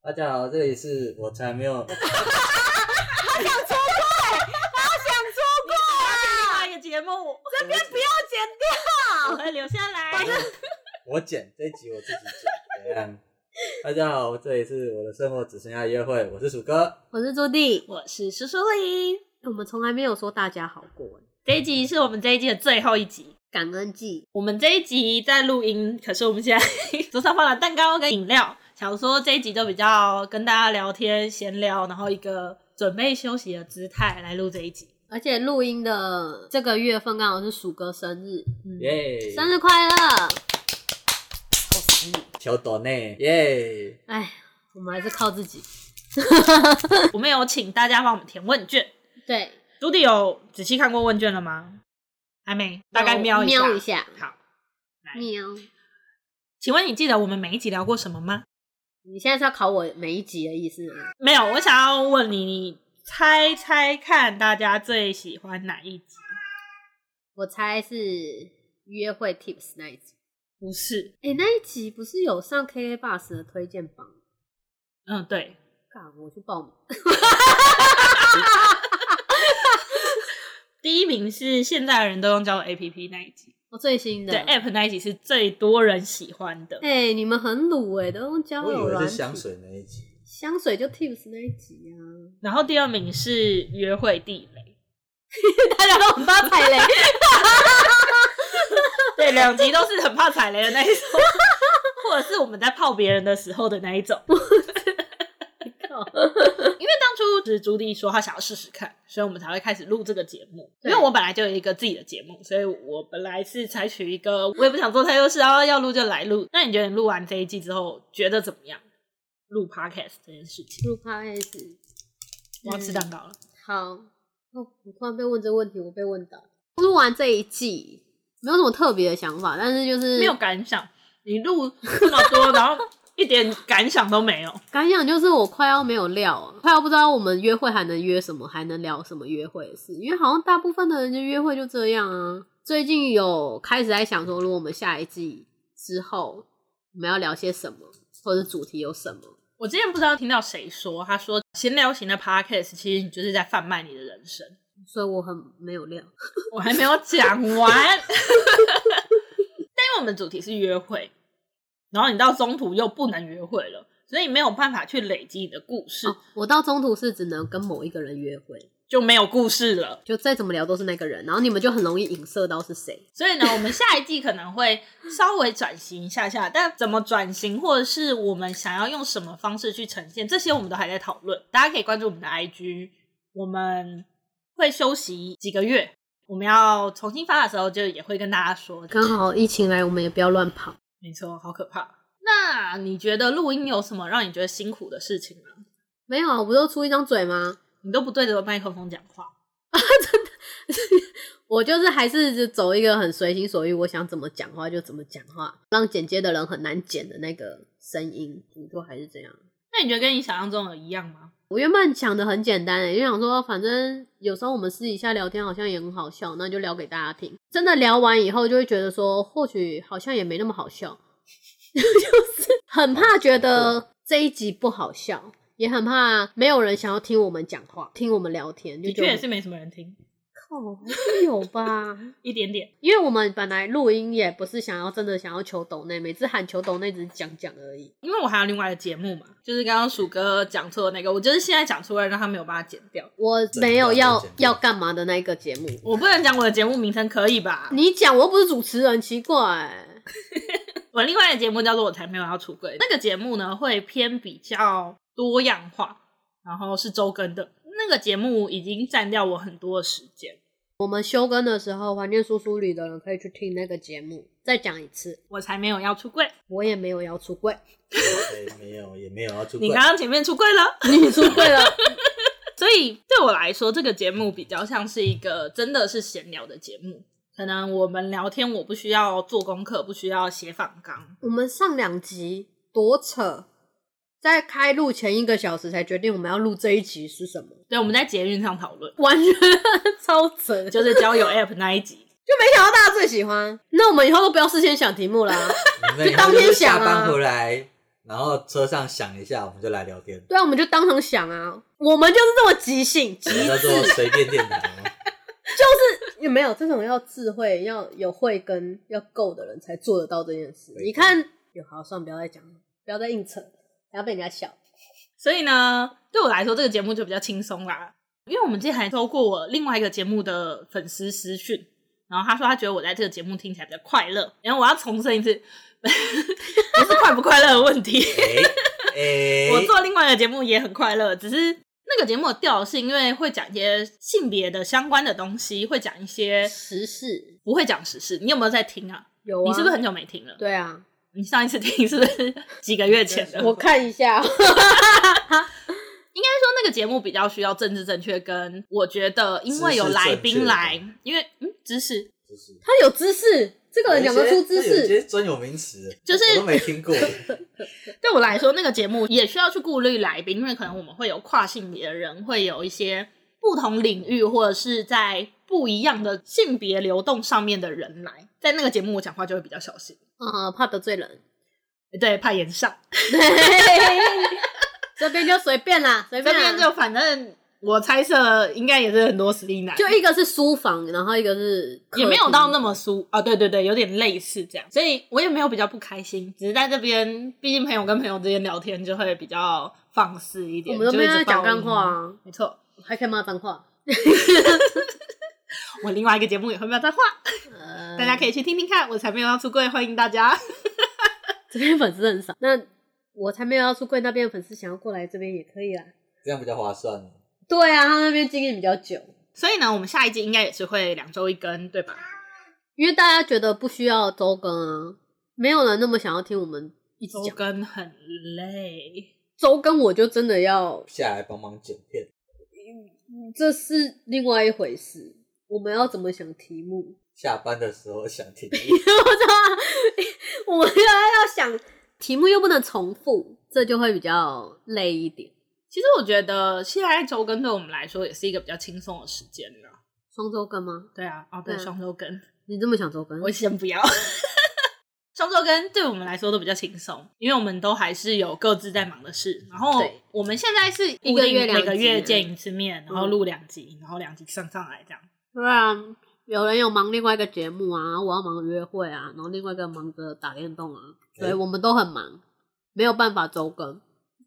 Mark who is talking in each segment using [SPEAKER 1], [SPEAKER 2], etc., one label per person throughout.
[SPEAKER 1] 大家好，这里是我才没有，
[SPEAKER 2] 出来一个节目，
[SPEAKER 3] 这边不要
[SPEAKER 2] 啊我会留下来。
[SPEAKER 1] 我剪这一集我自己剪，怎样？大家好，这里是我的生活只剩下约会，我是鼠哥。
[SPEAKER 3] 我是朱棣，
[SPEAKER 2] 我是苏苏丽，
[SPEAKER 3] 我们从来没有说大家好过，
[SPEAKER 2] 这一集是我们这一季的最后一集。
[SPEAKER 3] 感恩季
[SPEAKER 2] 我们这一集在录音，可是我们现在 桌上放了蛋糕跟饮料，想说这一集就比较跟大家聊天闲聊，然后一个准备休息的姿态来录这一集。
[SPEAKER 3] 而且录音的这个月份刚好是鼠哥生日，
[SPEAKER 2] 嗯
[SPEAKER 1] 耶、
[SPEAKER 3] 生日快乐！
[SPEAKER 1] 求抖内耶！
[SPEAKER 3] 哎，我们还是靠自己。
[SPEAKER 2] 我们有请大家帮我们填问卷，
[SPEAKER 3] 对，
[SPEAKER 2] 朱迪有仔细看过问卷了吗？还没，大概瞄一下。
[SPEAKER 3] 瞄一下
[SPEAKER 2] 好，来
[SPEAKER 3] 喵！
[SPEAKER 2] 请问你记得我们每一集聊过什么吗？
[SPEAKER 3] 你现在是要考我每一集的意思吗？
[SPEAKER 2] 没有，我想要问你，你猜猜看，大家最喜欢哪一集？
[SPEAKER 3] 我猜是约会 tips 那一集。
[SPEAKER 2] 不是，
[SPEAKER 3] 哎、那一集不是有上 KK Bus 的推荐榜？
[SPEAKER 2] 嗯，对，
[SPEAKER 3] 干，我去报名。
[SPEAKER 2] 第一名是现在人都用交友 APP 那一集，
[SPEAKER 3] 我哦最新的。
[SPEAKER 2] 对 App 那一集是最多人喜欢的。
[SPEAKER 3] 哎、你们很鲁哎、都用交
[SPEAKER 1] 我以
[SPEAKER 3] 友
[SPEAKER 1] 为
[SPEAKER 3] 软
[SPEAKER 1] 是
[SPEAKER 3] 体
[SPEAKER 1] 香水那一集，
[SPEAKER 3] 香水就 tips 那一集啊，
[SPEAKER 2] 然后第二名是约会地雷，
[SPEAKER 3] 大家都很怕踩 雷。
[SPEAKER 2] 对，两集都是很怕踩雷的那一种，或者是我们在泡别人的时候的那一种。因为当初是朱棣说他想要试试看，所以我们才会开始录这个节目。因
[SPEAKER 3] 对
[SPEAKER 2] 为我本来就有一个自己的节目，所以我本来是采取一个我也不想做太多事，然后要录就来录。那你觉得你录完这一季之后，觉得怎么样？录 podcast 这件事情，
[SPEAKER 3] 录 podcast
[SPEAKER 2] 我要吃蛋糕了。
[SPEAKER 3] 好，哦，我突然被问这个问题，我被问到。录完这一季，没有什么特别的想法，但是就是
[SPEAKER 2] 没有感想，你录这么多，然后一点感想都没有。
[SPEAKER 3] 感想，就是我快要没有料了，快要不知道我们约会还能约什么，还能聊什么约会的事，因为好像大部分的人就约会就这样啊。最近有开始在想说，如果我们下一季之后，我们要聊些什么，或者主题有什么？
[SPEAKER 2] 我之前不知道听到谁说，他说闲聊型的 podcast 其实你就是在贩卖你的人生。
[SPEAKER 3] 所以我很没有料。
[SPEAKER 2] 我还没有讲完，但因为我们主题是约会，然后你到中途又不能约会了，所以没有办法去累积你的故事，
[SPEAKER 3] 哦，我到中途是只能跟某一个人约会，
[SPEAKER 2] 就没有故事了。
[SPEAKER 3] 就再怎么聊都是那个人，然后你们就很容易影射到是谁。
[SPEAKER 2] 所以呢，我们下一季可能会稍微转型一下下，但怎么转型，或者是我们想要用什么方式去呈现，这些我们都还在讨论。大家可以关注我们的 IG，我们会休息几个月，我们要重新发的时候，就也会跟大家说。
[SPEAKER 3] 刚好疫情来，我们也不要乱跑。
[SPEAKER 2] 没错，好可怕。那你觉得录音有什么让你觉得辛苦的事情吗？
[SPEAKER 3] 没有啊，我不都出一张嘴吗？
[SPEAKER 2] 你都不对着麦克风讲话，
[SPEAKER 3] 我就是还是走一个很随心所欲，我想怎么讲话就怎么讲话，让剪接的人很难剪的那个声音，我就还是这样。
[SPEAKER 2] 那你觉得跟你想象中的一样吗？
[SPEAKER 3] 我原本想的很简单、欸，就想说，反正有时候我们私底下聊天好像也很好笑，那就聊给大家听。真的聊完以后，就会觉得说，或许好像也没那么好笑， 就是很怕觉得这一集不好笑，也很怕没有人想要听我们讲话，听我们聊天。就
[SPEAKER 2] 的
[SPEAKER 3] 觉
[SPEAKER 2] 确
[SPEAKER 3] 得
[SPEAKER 2] 也是没什么人听，
[SPEAKER 3] 靠，哦还是有吧。
[SPEAKER 2] 一点点。
[SPEAKER 3] 因为我们本来录音也不是想要真的想要求抖内，每次喊求抖内只是讲讲而已。
[SPEAKER 2] 因为我还有另外的节目嘛，就是刚刚鼠哥讲错的那个，我就是现在讲出来，让他没有把它剪掉。
[SPEAKER 3] 我没有要
[SPEAKER 1] 真的
[SPEAKER 3] 要干嘛的那一个节目，
[SPEAKER 2] 我不能讲我的节目名称，可以吧？
[SPEAKER 3] 你讲我又不是主持人，奇怪、
[SPEAKER 2] 我另外的节目叫做《我才没有要出柜》，那个节目呢会偏比较多样化，然后是周更的。那个节目已经占掉我很多的时间。
[SPEAKER 3] 我们休更的时候，怀念叔叔里的人可以去听那个节目。再讲一次，
[SPEAKER 2] 我才没有要出柜。
[SPEAKER 3] 我也没有要出柜，
[SPEAKER 1] 对，没有也没有要出柜
[SPEAKER 2] 你，刚刚前面出柜了，
[SPEAKER 3] 你出柜了。
[SPEAKER 2] 所以对我来说，这个节目比较像是一个真的是闲聊的节目。可能我们聊天，我不需要做功课，不需要写访纲。
[SPEAKER 3] 我们上两集多扯，在开录前一个小时才决定我们要录这一集是什么，
[SPEAKER 2] 对，我们在捷运上讨论，
[SPEAKER 3] 完全 超扯，
[SPEAKER 2] 就
[SPEAKER 3] 就
[SPEAKER 2] 是交友 App 那一集。
[SPEAKER 3] 没想到大家 最喜欢。那我们以后都不要事先想题目啦。
[SPEAKER 1] 你们以后
[SPEAKER 3] 当
[SPEAKER 1] 就
[SPEAKER 3] 天
[SPEAKER 1] 是
[SPEAKER 3] 想
[SPEAKER 1] 下
[SPEAKER 3] 啊
[SPEAKER 1] 班回来，然后车上想一下，我们就来聊天，
[SPEAKER 3] 对啊，我们就当场想啊，我们就是这么即兴，即
[SPEAKER 1] 我们叫做随便电台吗？
[SPEAKER 3] 也 没有这种要智慧、要有慧根、要够的人才做得到这件事。
[SPEAKER 1] 对
[SPEAKER 3] 你看，有好算了不要再讲了，不要再硬扯，不要被人家笑。
[SPEAKER 2] 所以呢，对我来说这个节目就比较轻松啦，因为我们之前还收过我另外一个节目的粉丝私讯，然后他说他觉得我在这个节目听起来比较快乐，然后我要重申一次， 不是快不快乐的问题，
[SPEAKER 1] 哎哎，
[SPEAKER 2] 我做另外一个节目也很快乐，只是。那个节目的调是因为会讲一些性别的相关的东西，会讲一些
[SPEAKER 3] 时事
[SPEAKER 2] 不会讲时事。你有没有在听啊？
[SPEAKER 3] 有啊，
[SPEAKER 2] 你是不是很久没听了？，
[SPEAKER 3] 对 啊？
[SPEAKER 2] 你上一次听是不是几个月前的？
[SPEAKER 3] 我看一下，哦
[SPEAKER 2] 应该说那个节目比较需要政治正确，跟我觉得因为有来宾来
[SPEAKER 1] 知识正，
[SPEAKER 2] 因为嗯，知识
[SPEAKER 1] 就是
[SPEAKER 3] 他有知识，这个人讲得出知
[SPEAKER 1] 有一
[SPEAKER 3] 识，
[SPEAKER 1] 些专有名词，
[SPEAKER 2] 就是
[SPEAKER 1] 我都没听过。
[SPEAKER 2] 对我来说，那个节目也需要去顾虑来宾，因为可能我们会有跨性别的人，会有一些不同领域或者是在不一样的性别流动上面的人来，在那个节目我讲话就会比较小心，
[SPEAKER 3] 啊，怕得罪人。
[SPEAKER 2] 对，怕言上。
[SPEAKER 3] 这边就随便啦，随
[SPEAKER 2] 这
[SPEAKER 3] 便
[SPEAKER 2] 边
[SPEAKER 3] 啦
[SPEAKER 2] 就反正我猜测应该也是很多实力男，
[SPEAKER 3] 就一个是书房，然后一个是客
[SPEAKER 2] 也没有到
[SPEAKER 3] 厅
[SPEAKER 2] 那么酥啊，对对对，有点类似这样，所以我也没有比较不开心，只是在这边，毕竟朋友跟朋友之间聊天就会比较放肆一点，
[SPEAKER 3] 我们都没有
[SPEAKER 2] 就
[SPEAKER 3] 在
[SPEAKER 2] 一直
[SPEAKER 3] 讲
[SPEAKER 2] 爆音
[SPEAKER 3] 干话，啊，
[SPEAKER 2] 没错，
[SPEAKER 3] 还可以骂脏话。
[SPEAKER 2] 我另外一个节目也会骂脏话，
[SPEAKER 3] 呃
[SPEAKER 2] 大家可以去听听看，我才没有要出柜，欢迎大家。
[SPEAKER 3] 这边粉丝很少，那我才没有要出柜，那边的粉丝想要过来这边也可以啊啦。
[SPEAKER 1] 这样比较划算。
[SPEAKER 3] 对啊，他那边经营比较久，
[SPEAKER 2] 所以呢，我们下一季应该也是会两周一更，对吧？
[SPEAKER 3] 因为大家觉得不需要周更啊，没有人那么想要听我们一直
[SPEAKER 2] 周
[SPEAKER 3] 讲
[SPEAKER 2] 更很累，
[SPEAKER 3] 周更，我就真的要，
[SPEAKER 1] 下来帮忙剪片，
[SPEAKER 3] 这是另外一回事。我们要怎么想题目？
[SPEAKER 1] 下班的时候想听。
[SPEAKER 3] 我知道，我要要想题目又不能重复，这就会比较累一点。
[SPEAKER 2] 其实我觉得现在周更对我们来说也是一个比较轻松的时间了。
[SPEAKER 3] 双周更吗？
[SPEAKER 2] 对啊，哦对，
[SPEAKER 3] 嗯
[SPEAKER 2] 双周更。
[SPEAKER 3] 你这么想周更？
[SPEAKER 2] 我先不要。 双周更对我们来说都比较轻松，因为我们都还是有各自在忙的事。然后
[SPEAKER 3] 对
[SPEAKER 2] 我们现在是
[SPEAKER 3] 一个月
[SPEAKER 2] 固定
[SPEAKER 3] 两集
[SPEAKER 2] 每个月见一次面，
[SPEAKER 3] 嗯
[SPEAKER 2] 然后录两集，然后两集上上来这样。
[SPEAKER 3] 对啊，有人有忙另外一个节目啊，我要忙约会啊，然后另外一个忙着打电动啊，对、
[SPEAKER 1] 哎
[SPEAKER 3] 我们都很忙，没有办法周更。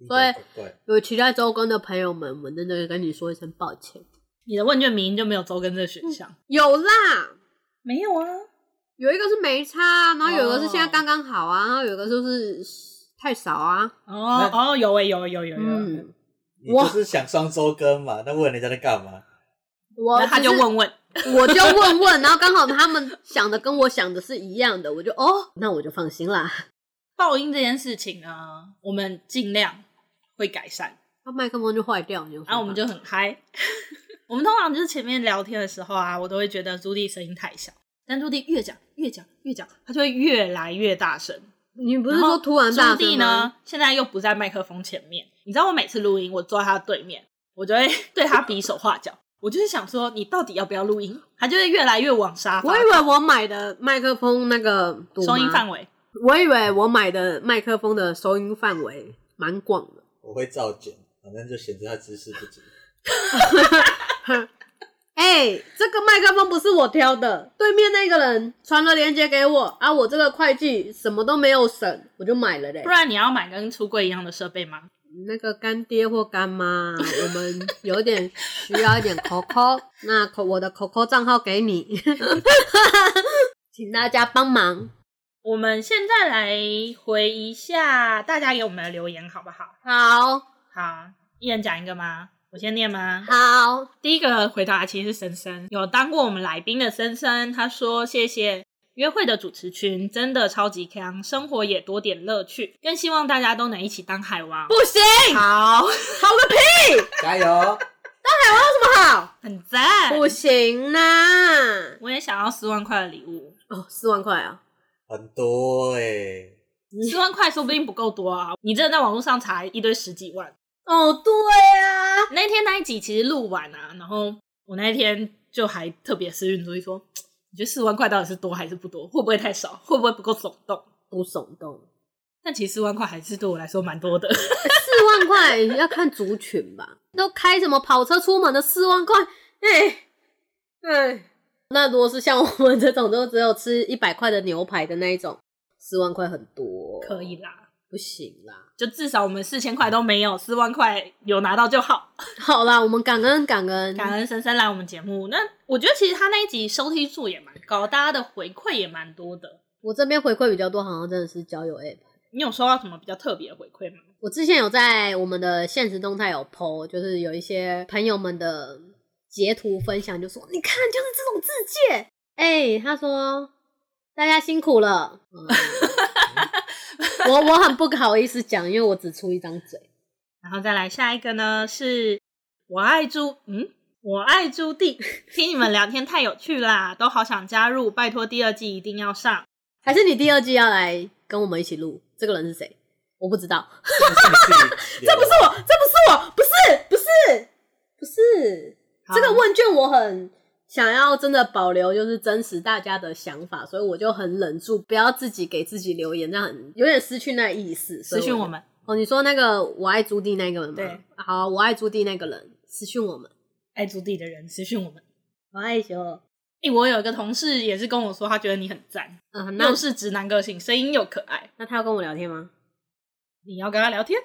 [SPEAKER 3] 对
[SPEAKER 1] 对，
[SPEAKER 3] 有期待周更的朋友们，我们真的跟你说一声抱歉。
[SPEAKER 2] 你的问卷明明就没有周更这个选项，
[SPEAKER 3] 有啦，
[SPEAKER 2] 没有啊？
[SPEAKER 3] 有一个是没差啊，然后有一个是现在
[SPEAKER 2] 哦
[SPEAKER 3] 刚刚好啊，然后有一个就是太少啊。
[SPEAKER 2] 哦哦，有诶、有诶有诶有诶有诶。
[SPEAKER 3] 嗯，
[SPEAKER 1] 你就是想双周更嘛？那问人家在干嘛？
[SPEAKER 3] 我
[SPEAKER 2] 然后他就
[SPEAKER 3] 只是
[SPEAKER 2] 问问，
[SPEAKER 3] 我就问问，然后刚好他们想的跟我想的是一样的，我就哦，那我就放心 啦。
[SPEAKER 2] 爆音这件事情呢，我们尽量会改善。
[SPEAKER 3] 那麦克风啊就坏掉，你有什么
[SPEAKER 2] 然后我们就很嗨。 我们通常就是前面聊天的时候啊，我都会觉得朱棣声音太小，但朱棣越讲越讲越讲，他就会越来越大声。
[SPEAKER 3] 你不
[SPEAKER 2] 不
[SPEAKER 3] 是说突然大
[SPEAKER 2] 朱棣
[SPEAKER 3] 声吗？
[SPEAKER 2] 呢，现在又不在麦克风前面。你知道我每次录音，我坐在他的对面，我就会 对他比手画脚。我就是想说，你到底要不要录音？他就会越来越往沙发
[SPEAKER 3] 我以为我买的麦克风那个堵
[SPEAKER 2] 收音
[SPEAKER 3] 吗
[SPEAKER 2] 范围。
[SPEAKER 3] 我以为我买的麦克风的收音范围蛮广的，
[SPEAKER 1] 我会造卷，反正就显示他知识不足。
[SPEAKER 3] 哎、这个麦克风不是我挑的，对面那个人传了链接给我啊，我这个会计什么都没有省，我就买了嘞
[SPEAKER 2] 不。然你要买跟出柜一样的设备吗？
[SPEAKER 3] 那个干爹或干 妈，我们有点需要一点 COCO，那口我的 COCO 账号给你， 请大家帮忙。
[SPEAKER 2] 我们现在来回一下大家给我们的留言，好不好？
[SPEAKER 3] 好
[SPEAKER 2] 好，一人讲一个吗？我先念吗？
[SPEAKER 3] 好，
[SPEAKER 2] 第一个回答其实是森森，有当过我们来宾的森森，他说谢谢。约会的主持群真的超级强，生活也多点乐趣，更希望大家都能一起当海王。
[SPEAKER 3] 不行，
[SPEAKER 2] 好，
[SPEAKER 3] 好个屁，
[SPEAKER 1] 加油！
[SPEAKER 3] 这么好，
[SPEAKER 2] 很赞。
[SPEAKER 3] 不行啦。
[SPEAKER 2] 我也想要四万块的礼物，
[SPEAKER 3] 哦，四万块啊，
[SPEAKER 1] 很多哎、
[SPEAKER 2] 四万块说不定不够多啊！你真的在网络上查一堆十几万。
[SPEAKER 3] 哦，对啊，
[SPEAKER 2] 那天那一集其实录完啊，然后我那一天就还特别私讯出去说，你觉得四万块到底是多还是不多？会不会太少？会不会不够耸动？
[SPEAKER 3] 不耸动，
[SPEAKER 2] 但其实四万块还是对我来说蛮多的。
[SPEAKER 3] 四万块要看族群吧，都开什么跑车出门的四万块，哎、哎、那如果是像我们这种都只有吃一百块的牛排的那一种，四万块很多，
[SPEAKER 2] 可以啦，
[SPEAKER 3] 不行啦。
[SPEAKER 2] 就至少我们四千块都没有，四万块有拿到就好。
[SPEAKER 3] 好啦，我们感恩感恩，
[SPEAKER 2] 感恩深深来我们节目，那我觉得其实他那一集收听数也蛮高，大家的回馈也蛮多的。
[SPEAKER 3] 我这边回馈比较多，好像真的是交友 app。
[SPEAKER 2] 你有收到什么比较特别的回馈吗？
[SPEAKER 3] 我之前有在我们的现实动态有 PO，就是有一些朋友们的截图分享，就说你看就是这种字界，哎、他说大家辛苦了， 嗯、我我很不好意思讲，因为我只出一张嘴，
[SPEAKER 2] 然后再来下一个呢，是我爱朱，嗯，我爱朱棣， 听你们聊天太有趣啦，都好想加入，拜托第二季一定要上。
[SPEAKER 3] 还是你第二季要来跟我们一起录，这个人是谁？我不知道，
[SPEAKER 1] 这
[SPEAKER 3] 这不是我，哦这不是我，不是不是不是，
[SPEAKER 2] 好
[SPEAKER 3] 这个问卷我很想要真的保留，就是真实大家的想法，所以我就很忍住，不要自己给自己留言，这样很有点失去那意思。所
[SPEAKER 2] 私
[SPEAKER 3] 以
[SPEAKER 2] 讯
[SPEAKER 3] 就
[SPEAKER 2] 我们，
[SPEAKER 3] 哦，你说那个我爱朱棣那个人吗？
[SPEAKER 2] 对，
[SPEAKER 3] 好，我爱朱棣那个人私讯我们，
[SPEAKER 2] 爱朱棣的人私讯我们。
[SPEAKER 3] 我爱羞，
[SPEAKER 2] 诶、我有一个同事也是跟我说，他觉得你很赞，
[SPEAKER 3] 嗯，那
[SPEAKER 2] 又是直男个性，声音又可爱。
[SPEAKER 3] 那他要跟我聊天吗？
[SPEAKER 2] 你要跟他聊天，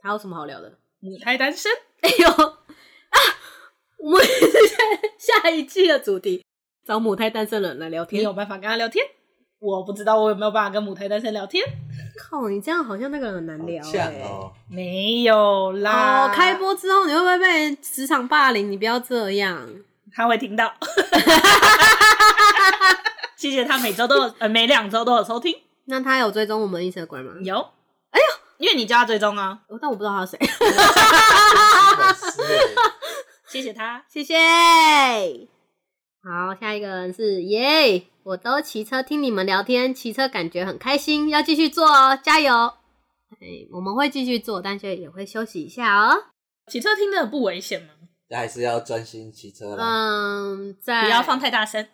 [SPEAKER 3] 他有什么好聊的？
[SPEAKER 2] 母胎单身。
[SPEAKER 3] 哎呦 啊！我们下一季的主题找母胎单身人来聊
[SPEAKER 2] 你
[SPEAKER 3] 天。
[SPEAKER 2] 有办法跟他聊天？我不知道我有没有办法跟母胎单身聊天，
[SPEAKER 3] 靠，你这样好像那个人很难聊、
[SPEAKER 1] 好
[SPEAKER 3] 欸、
[SPEAKER 1] 呛 哦，
[SPEAKER 2] 没有啦。
[SPEAKER 3] 哦，开播之后你会不会被职场霸凌？你不要这样。
[SPEAKER 2] 他会听到。 谢谢他每周都有，呃，每两周都有收听。
[SPEAKER 3] 那他有追踪我们 Instagram 吗？
[SPEAKER 2] 有，哎呦，因为你叫他追踪啊，
[SPEAKER 3] 哦，但我不知道他是谁。
[SPEAKER 1] 粉丝耶
[SPEAKER 2] 谢谢他。
[SPEAKER 3] 谢谢。好，下一个人是耶我都骑车听你们聊天，骑车感觉很开心，要继续做哦，加油！哎，我们会继续做，但是也会休息一下哦。
[SPEAKER 2] 骑车听的不危险啊吗？
[SPEAKER 1] 但还是要专心骑车啦。
[SPEAKER 3] 嗯，在
[SPEAKER 2] 不要放，太大声，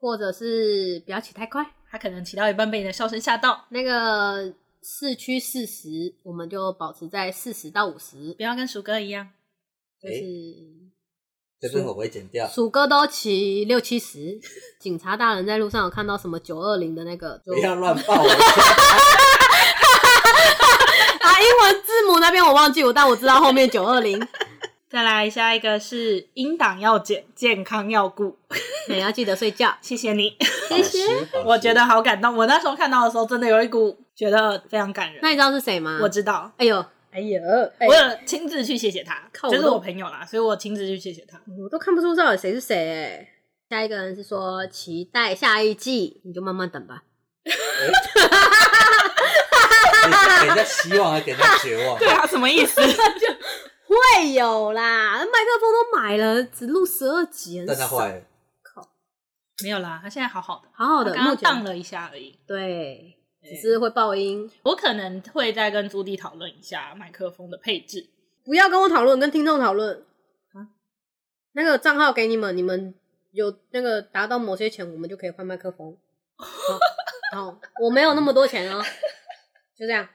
[SPEAKER 3] 或者是不要骑太快。
[SPEAKER 2] 他可能骑到一半被你的笑声吓到。
[SPEAKER 3] 那个市区四十，我们就保持在四十到五十，
[SPEAKER 2] 不要跟鼠哥一样，
[SPEAKER 3] 就
[SPEAKER 1] 诶
[SPEAKER 3] 是
[SPEAKER 1] 这边我会剪掉，
[SPEAKER 3] 鼠哥都骑六七十。警察大人在路上有看到什么九二零的那个，就
[SPEAKER 1] 不 要乱报我。
[SPEAKER 3] 啊，英文字母那边我忘记我，但我知道后面九二零，
[SPEAKER 2] 再来下一个是音档要减，健康要顾。
[SPEAKER 3] 你要记得睡觉。
[SPEAKER 2] 谢谢你，
[SPEAKER 1] 保持保持
[SPEAKER 2] 我觉得好感动。我那时候看到的时候，真的有一股觉得非常感人。
[SPEAKER 3] 那你知道是谁吗？
[SPEAKER 2] 我知道，
[SPEAKER 3] 哎呦，哎呦，哎
[SPEAKER 2] 我有亲自去谢谢他，
[SPEAKER 3] 靠
[SPEAKER 2] 这
[SPEAKER 3] 我
[SPEAKER 2] 是
[SPEAKER 3] 都
[SPEAKER 2] 我朋友啦，所以我亲自去谢谢他。
[SPEAKER 3] 我都看不出到底谁是谁、哎下一个人是说期待下一季，你就慢慢等吧。
[SPEAKER 1] 诶欸给人家希望，还给人家绝 望。
[SPEAKER 2] 对啊，什么意思？
[SPEAKER 3] 会有啦，麦克风都买了，只录十二集，很
[SPEAKER 1] 但他
[SPEAKER 3] 少。
[SPEAKER 1] 坏了，
[SPEAKER 2] 没有啦，他现在好好的，
[SPEAKER 3] 好好
[SPEAKER 2] 我
[SPEAKER 3] 的，
[SPEAKER 2] 刚刚
[SPEAKER 3] 目前
[SPEAKER 2] 荡了一下而已。
[SPEAKER 3] 对，
[SPEAKER 2] 对
[SPEAKER 3] 只是会爆音。
[SPEAKER 2] 我可能会再跟朱棣讨论一下麦克风的配置。
[SPEAKER 3] 不要跟我讨论，跟听众讨论那个账号给你们，你们有那个达到某些钱，我们就可以换麦克风。好，好，我没有那么多钱哦，就这样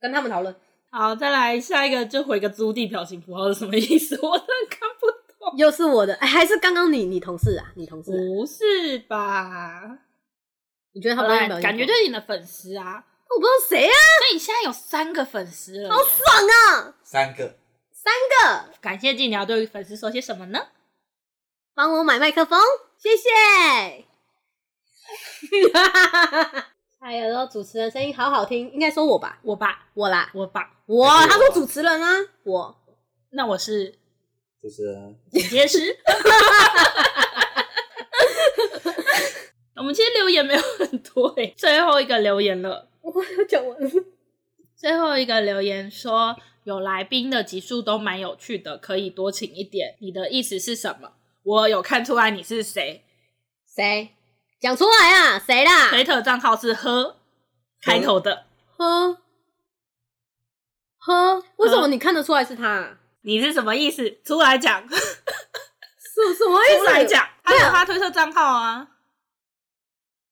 [SPEAKER 3] 跟他们讨论。
[SPEAKER 2] 好，再来下一个，就回个朱棣表情符号是什么意思？ 我真的看不懂。
[SPEAKER 3] 又是我的，哎，还是刚刚你你同事啊，你同事啊、
[SPEAKER 2] 不是吧？
[SPEAKER 3] 你觉得他
[SPEAKER 2] 好
[SPEAKER 3] 不会
[SPEAKER 2] 啦
[SPEAKER 3] 表，情
[SPEAKER 2] 感觉
[SPEAKER 3] 包
[SPEAKER 2] 就是你的粉丝啊，
[SPEAKER 3] 我不知道谁啊，
[SPEAKER 2] 所以你现在有三个粉丝了。
[SPEAKER 3] 好爽啊！
[SPEAKER 1] 三个
[SPEAKER 3] 哥，
[SPEAKER 2] 感谢静瑶对粉丝说些什么呢？
[SPEAKER 3] 帮我买麦克风，谢谢。哎呀，说主持人声音好好听，应该说我吧，
[SPEAKER 2] 我吧，
[SPEAKER 3] 我啦，
[SPEAKER 2] 我吧，
[SPEAKER 3] 我，
[SPEAKER 1] 还是我
[SPEAKER 3] 他说主持人啊，我
[SPEAKER 2] 那我是
[SPEAKER 1] 就是啊
[SPEAKER 2] 剪接师。 我们其实留言没有很多诶、最后一个留言了。
[SPEAKER 3] 我有讲完了。
[SPEAKER 2] 最后一个留言说，有来宾的集数都蛮有趣的，可以多请一点。你的意思是什么？我有看出来你是谁。
[SPEAKER 3] 谁？讲出来啊！谁啦？
[SPEAKER 2] 推特账号是呵开头的，
[SPEAKER 3] 喝喝？为什么你看得出来是他？啊
[SPEAKER 2] 你是什么意思？出来讲，出
[SPEAKER 3] 什什么意思？
[SPEAKER 2] 来讲。他
[SPEAKER 3] 对
[SPEAKER 2] 哎有
[SPEAKER 3] 啊
[SPEAKER 2] 他推特账号啊，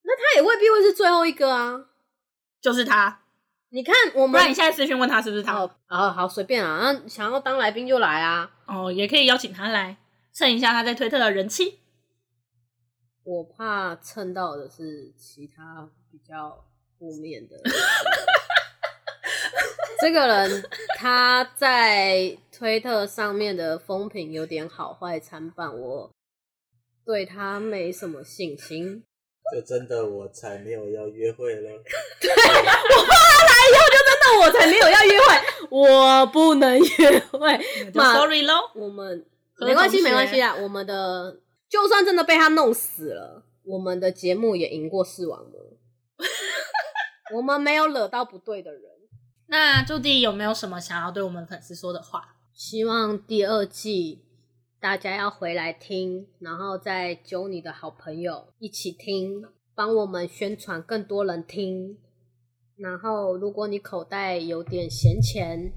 [SPEAKER 3] 那他也未必会是最后一个啊。
[SPEAKER 2] 就是他。
[SPEAKER 3] 你看我
[SPEAKER 2] 不
[SPEAKER 3] 们
[SPEAKER 2] 然你现在私讯问他是不是他？
[SPEAKER 3] 好好好随便啊，那想要当来宾就来啊。
[SPEAKER 2] 哦，也可以邀请他来蹭一下他在推特的人气。
[SPEAKER 3] 我怕蹭到的是其他比较负面 的。这个人他在推特上面的风评有点好坏参半，我对他没什么信心。
[SPEAKER 1] 就真的我才没有要约会了。
[SPEAKER 3] 那我才没有要约会，我不能约 会。
[SPEAKER 2] 那就
[SPEAKER 3] 妈
[SPEAKER 2] Sorry 喽，
[SPEAKER 3] 我们
[SPEAKER 2] 何
[SPEAKER 3] 没关系，
[SPEAKER 2] 同学
[SPEAKER 3] 没关系啊。我们的就算真的被他弄死了，我们的节目也赢过视 网膜。我们没有惹到不对的人。
[SPEAKER 2] 那朱迪有没有什么想要对我们粉丝说的话？
[SPEAKER 3] 希望第二季大家要回来听，然后再揪你的好朋友一起听，帮我们宣传更多人听。然后，如果你口袋有点闲钱，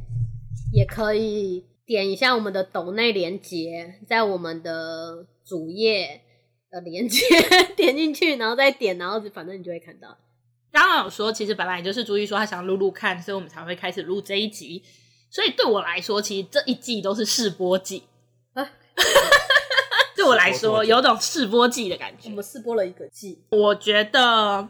[SPEAKER 3] 也可以点一下我们的抖内连接，在我们的主页的连接 点进去，然后再点，然后反正你就会看到。
[SPEAKER 2] 刚刚有说，其实本来就是朱迪说他想录录看，所以我们才会开始录这一集。所以对我来说，其实这一季都是 试播季。
[SPEAKER 3] 啊
[SPEAKER 2] 对我来
[SPEAKER 1] 试播
[SPEAKER 2] 说，
[SPEAKER 1] 多久
[SPEAKER 2] 有种试播季的感觉
[SPEAKER 3] 我。们试播了一个季，
[SPEAKER 2] 我觉得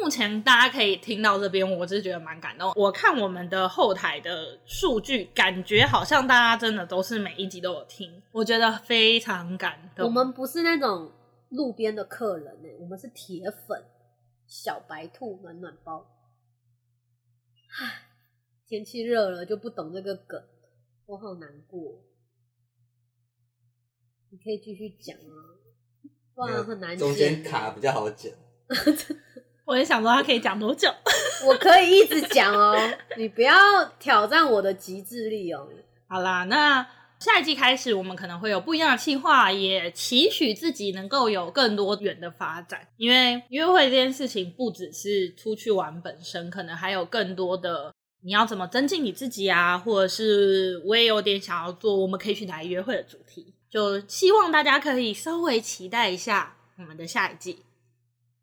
[SPEAKER 2] 目前大家可以听到这边，我是觉得蛮感动。我看我们的后台的数据，感觉好像大家真的都是每一集都有听，我觉得非常感动。
[SPEAKER 3] 我们不是那种路边的客人欸呢、我们是铁粉，小白兔暖暖包。唉，天气热了就不懂这个梗，我好难过。你可以继续讲啊，不然很难
[SPEAKER 1] 中间
[SPEAKER 3] 剪
[SPEAKER 1] 卡比较好剪，
[SPEAKER 2] 我也想说，他可以讲多久？
[SPEAKER 3] 我可以一直讲哦，你不要挑战我的极致力 哦。
[SPEAKER 2] 好啦，那下一季开始，我们可能会有不一样的计划，也期许自己能够有更多元的发展。因为约会这件事情不只是出去玩本身，可能还有更多的你要怎么增进你自己啊，或者是我也有点想要做，我们可以去哪里约会的主题。就希望大家可以稍微期待一下我们的下一季。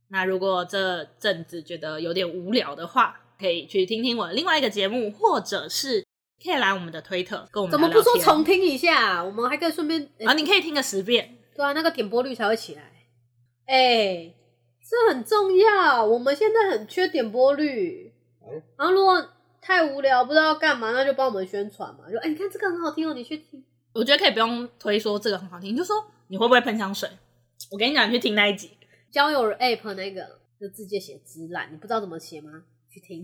[SPEAKER 2] 那如果这阵子觉得有点无聊的话，可以去听听我的另外一个节目，或者是可以来我们的推特跟我们
[SPEAKER 3] 怎么
[SPEAKER 2] 聊
[SPEAKER 3] 不
[SPEAKER 2] 聊
[SPEAKER 3] 说
[SPEAKER 2] 天
[SPEAKER 3] 重听一下、我们还可以顺便、
[SPEAKER 2] 啊？你可以听个十遍，
[SPEAKER 3] 对啊，那个点播率才会起来。哎、这很重要。我们现在很缺点播率
[SPEAKER 1] 嗯。
[SPEAKER 3] 然后如果太无聊不知道干嘛，那就帮我们宣传嘛。就哎、你看这个很好听哦，你去听。
[SPEAKER 2] 我觉得可以不用推说这个很好听，你就说你会不会喷香水？我跟你讲，你去听那一 集。
[SPEAKER 3] 交友 app 那个就直接写直览，你不知道怎么写吗？去听。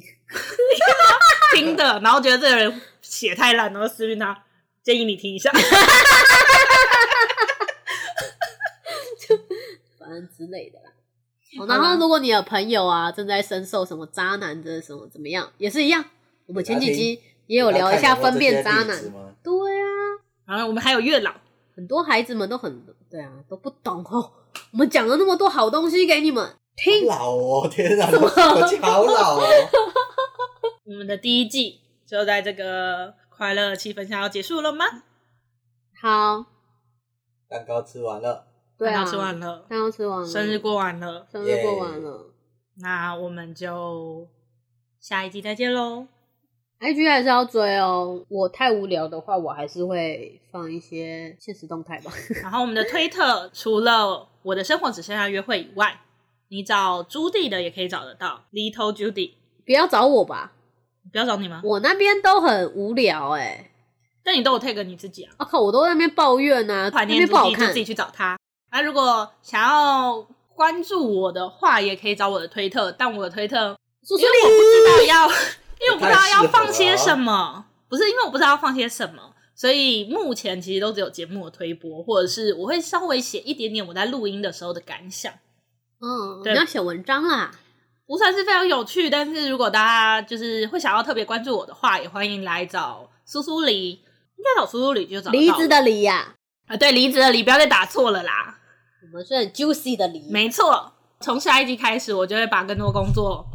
[SPEAKER 2] 听的，然后觉得这个人写太烂，然后私讯他，建议你听一下。
[SPEAKER 3] 反正之类的啦。哦然后，如果你有朋友啊正在深受什么渣男的什么怎么样，也是一样。我们前几集也有聊一下分辨渣
[SPEAKER 1] 大家
[SPEAKER 3] 男
[SPEAKER 1] 看有没有这些例子。吗？
[SPEAKER 3] 对啊，
[SPEAKER 2] 然后我们还有月老，
[SPEAKER 3] 很多孩子们都很对啊，都不懂哦。我们讲了那么多好东西给你们听，
[SPEAKER 1] 好老哦，天哪，我好老哦。
[SPEAKER 2] 我们的第一季就在这个快乐气氛下要结束了吗？
[SPEAKER 3] 好，
[SPEAKER 1] 蛋糕吃完了，
[SPEAKER 3] 对啊，
[SPEAKER 2] 蛋糕吃完，了，
[SPEAKER 3] 蛋糕吃完了，
[SPEAKER 2] 生日过完了，
[SPEAKER 3] 生日过完了
[SPEAKER 2] 那我们就下一季再见喽。
[SPEAKER 3] ，IG 还是要追哦。我太无聊的话，我还是会放一些现实动态吧。
[SPEAKER 2] 然后我们的推特除了我的生活只剩下约会以外，你找朱棣的也可以找得到，Little Judy。
[SPEAKER 3] 不要找我吧，
[SPEAKER 2] 不要找你吗？
[SPEAKER 3] 我那边都很无聊哎、
[SPEAKER 2] 但你都有 tag 你自己啊，
[SPEAKER 3] 我、靠，我都在那边抱怨呐、啊，
[SPEAKER 2] 怀
[SPEAKER 3] 那
[SPEAKER 2] 念
[SPEAKER 3] 边
[SPEAKER 2] 朱
[SPEAKER 3] 不好
[SPEAKER 2] 棣就
[SPEAKER 3] 看
[SPEAKER 2] 自。己去找他。那、如果想要关注我的话，也可以找我的推特，但我的推特
[SPEAKER 3] 叔
[SPEAKER 2] 因
[SPEAKER 3] 叔
[SPEAKER 2] 为我不知道要，因为我不知道要放些
[SPEAKER 1] 太适合了
[SPEAKER 2] 什么，不是因为我不知道要放些什么，所以目前其实都只有节目的推播，或者是我会稍微写一点点我在录音的时候的感想，
[SPEAKER 3] 嗯，
[SPEAKER 2] 对
[SPEAKER 3] 你要写文章啦。
[SPEAKER 2] 不算是非常有趣，但是如果大家就是会想要特别关注我的话，也欢迎来找苏苏梨，应该找苏苏梨就找得到
[SPEAKER 3] 梨子
[SPEAKER 2] 我
[SPEAKER 3] 的梨呀、
[SPEAKER 2] 啊，对梨子的梨，不要再打错了啦。
[SPEAKER 3] 我们是很 juicy 的梨。
[SPEAKER 2] 没错，从下一集开始，我就会把更多工作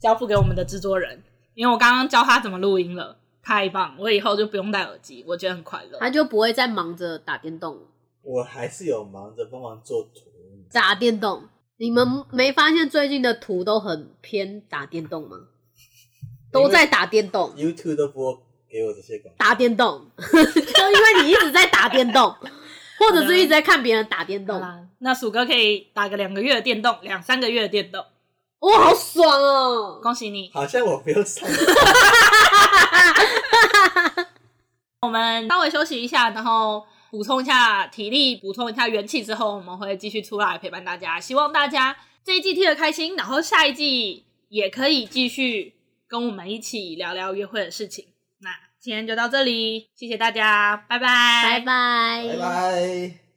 [SPEAKER 2] 交付给我们的制作人，因为我刚刚教他怎么录音了，太棒！我以后就不用戴耳机，我觉得很快乐。
[SPEAKER 3] 他就不会再忙着打电动了。
[SPEAKER 1] 我还是有忙着帮忙做图，
[SPEAKER 3] 打电动。你们没发现最近的图都很偏打电动吗？都在打电动，
[SPEAKER 1] YouTube 都播给我这些广告，
[SPEAKER 3] 打电动， 就因为你一直在打电 动，或者是一直在看别人打电
[SPEAKER 2] 好
[SPEAKER 3] 动，
[SPEAKER 2] 啦，那鼠哥可以打个两个月的电动，两三个月的电动，
[SPEAKER 3] 哇，好爽哦！
[SPEAKER 2] 恭喜你！
[SPEAKER 1] 好像我不用上。
[SPEAKER 2] 我们稍微休息一下，然后补充一下体力，补充一下元气之后，我们会继续出来陪伴大家。希望大家这一季听得开心，然后下一季也可以继续跟我们一起聊聊约会的事情。那今天就到这里，谢谢大家，拜拜，
[SPEAKER 3] 拜拜，
[SPEAKER 1] 拜拜。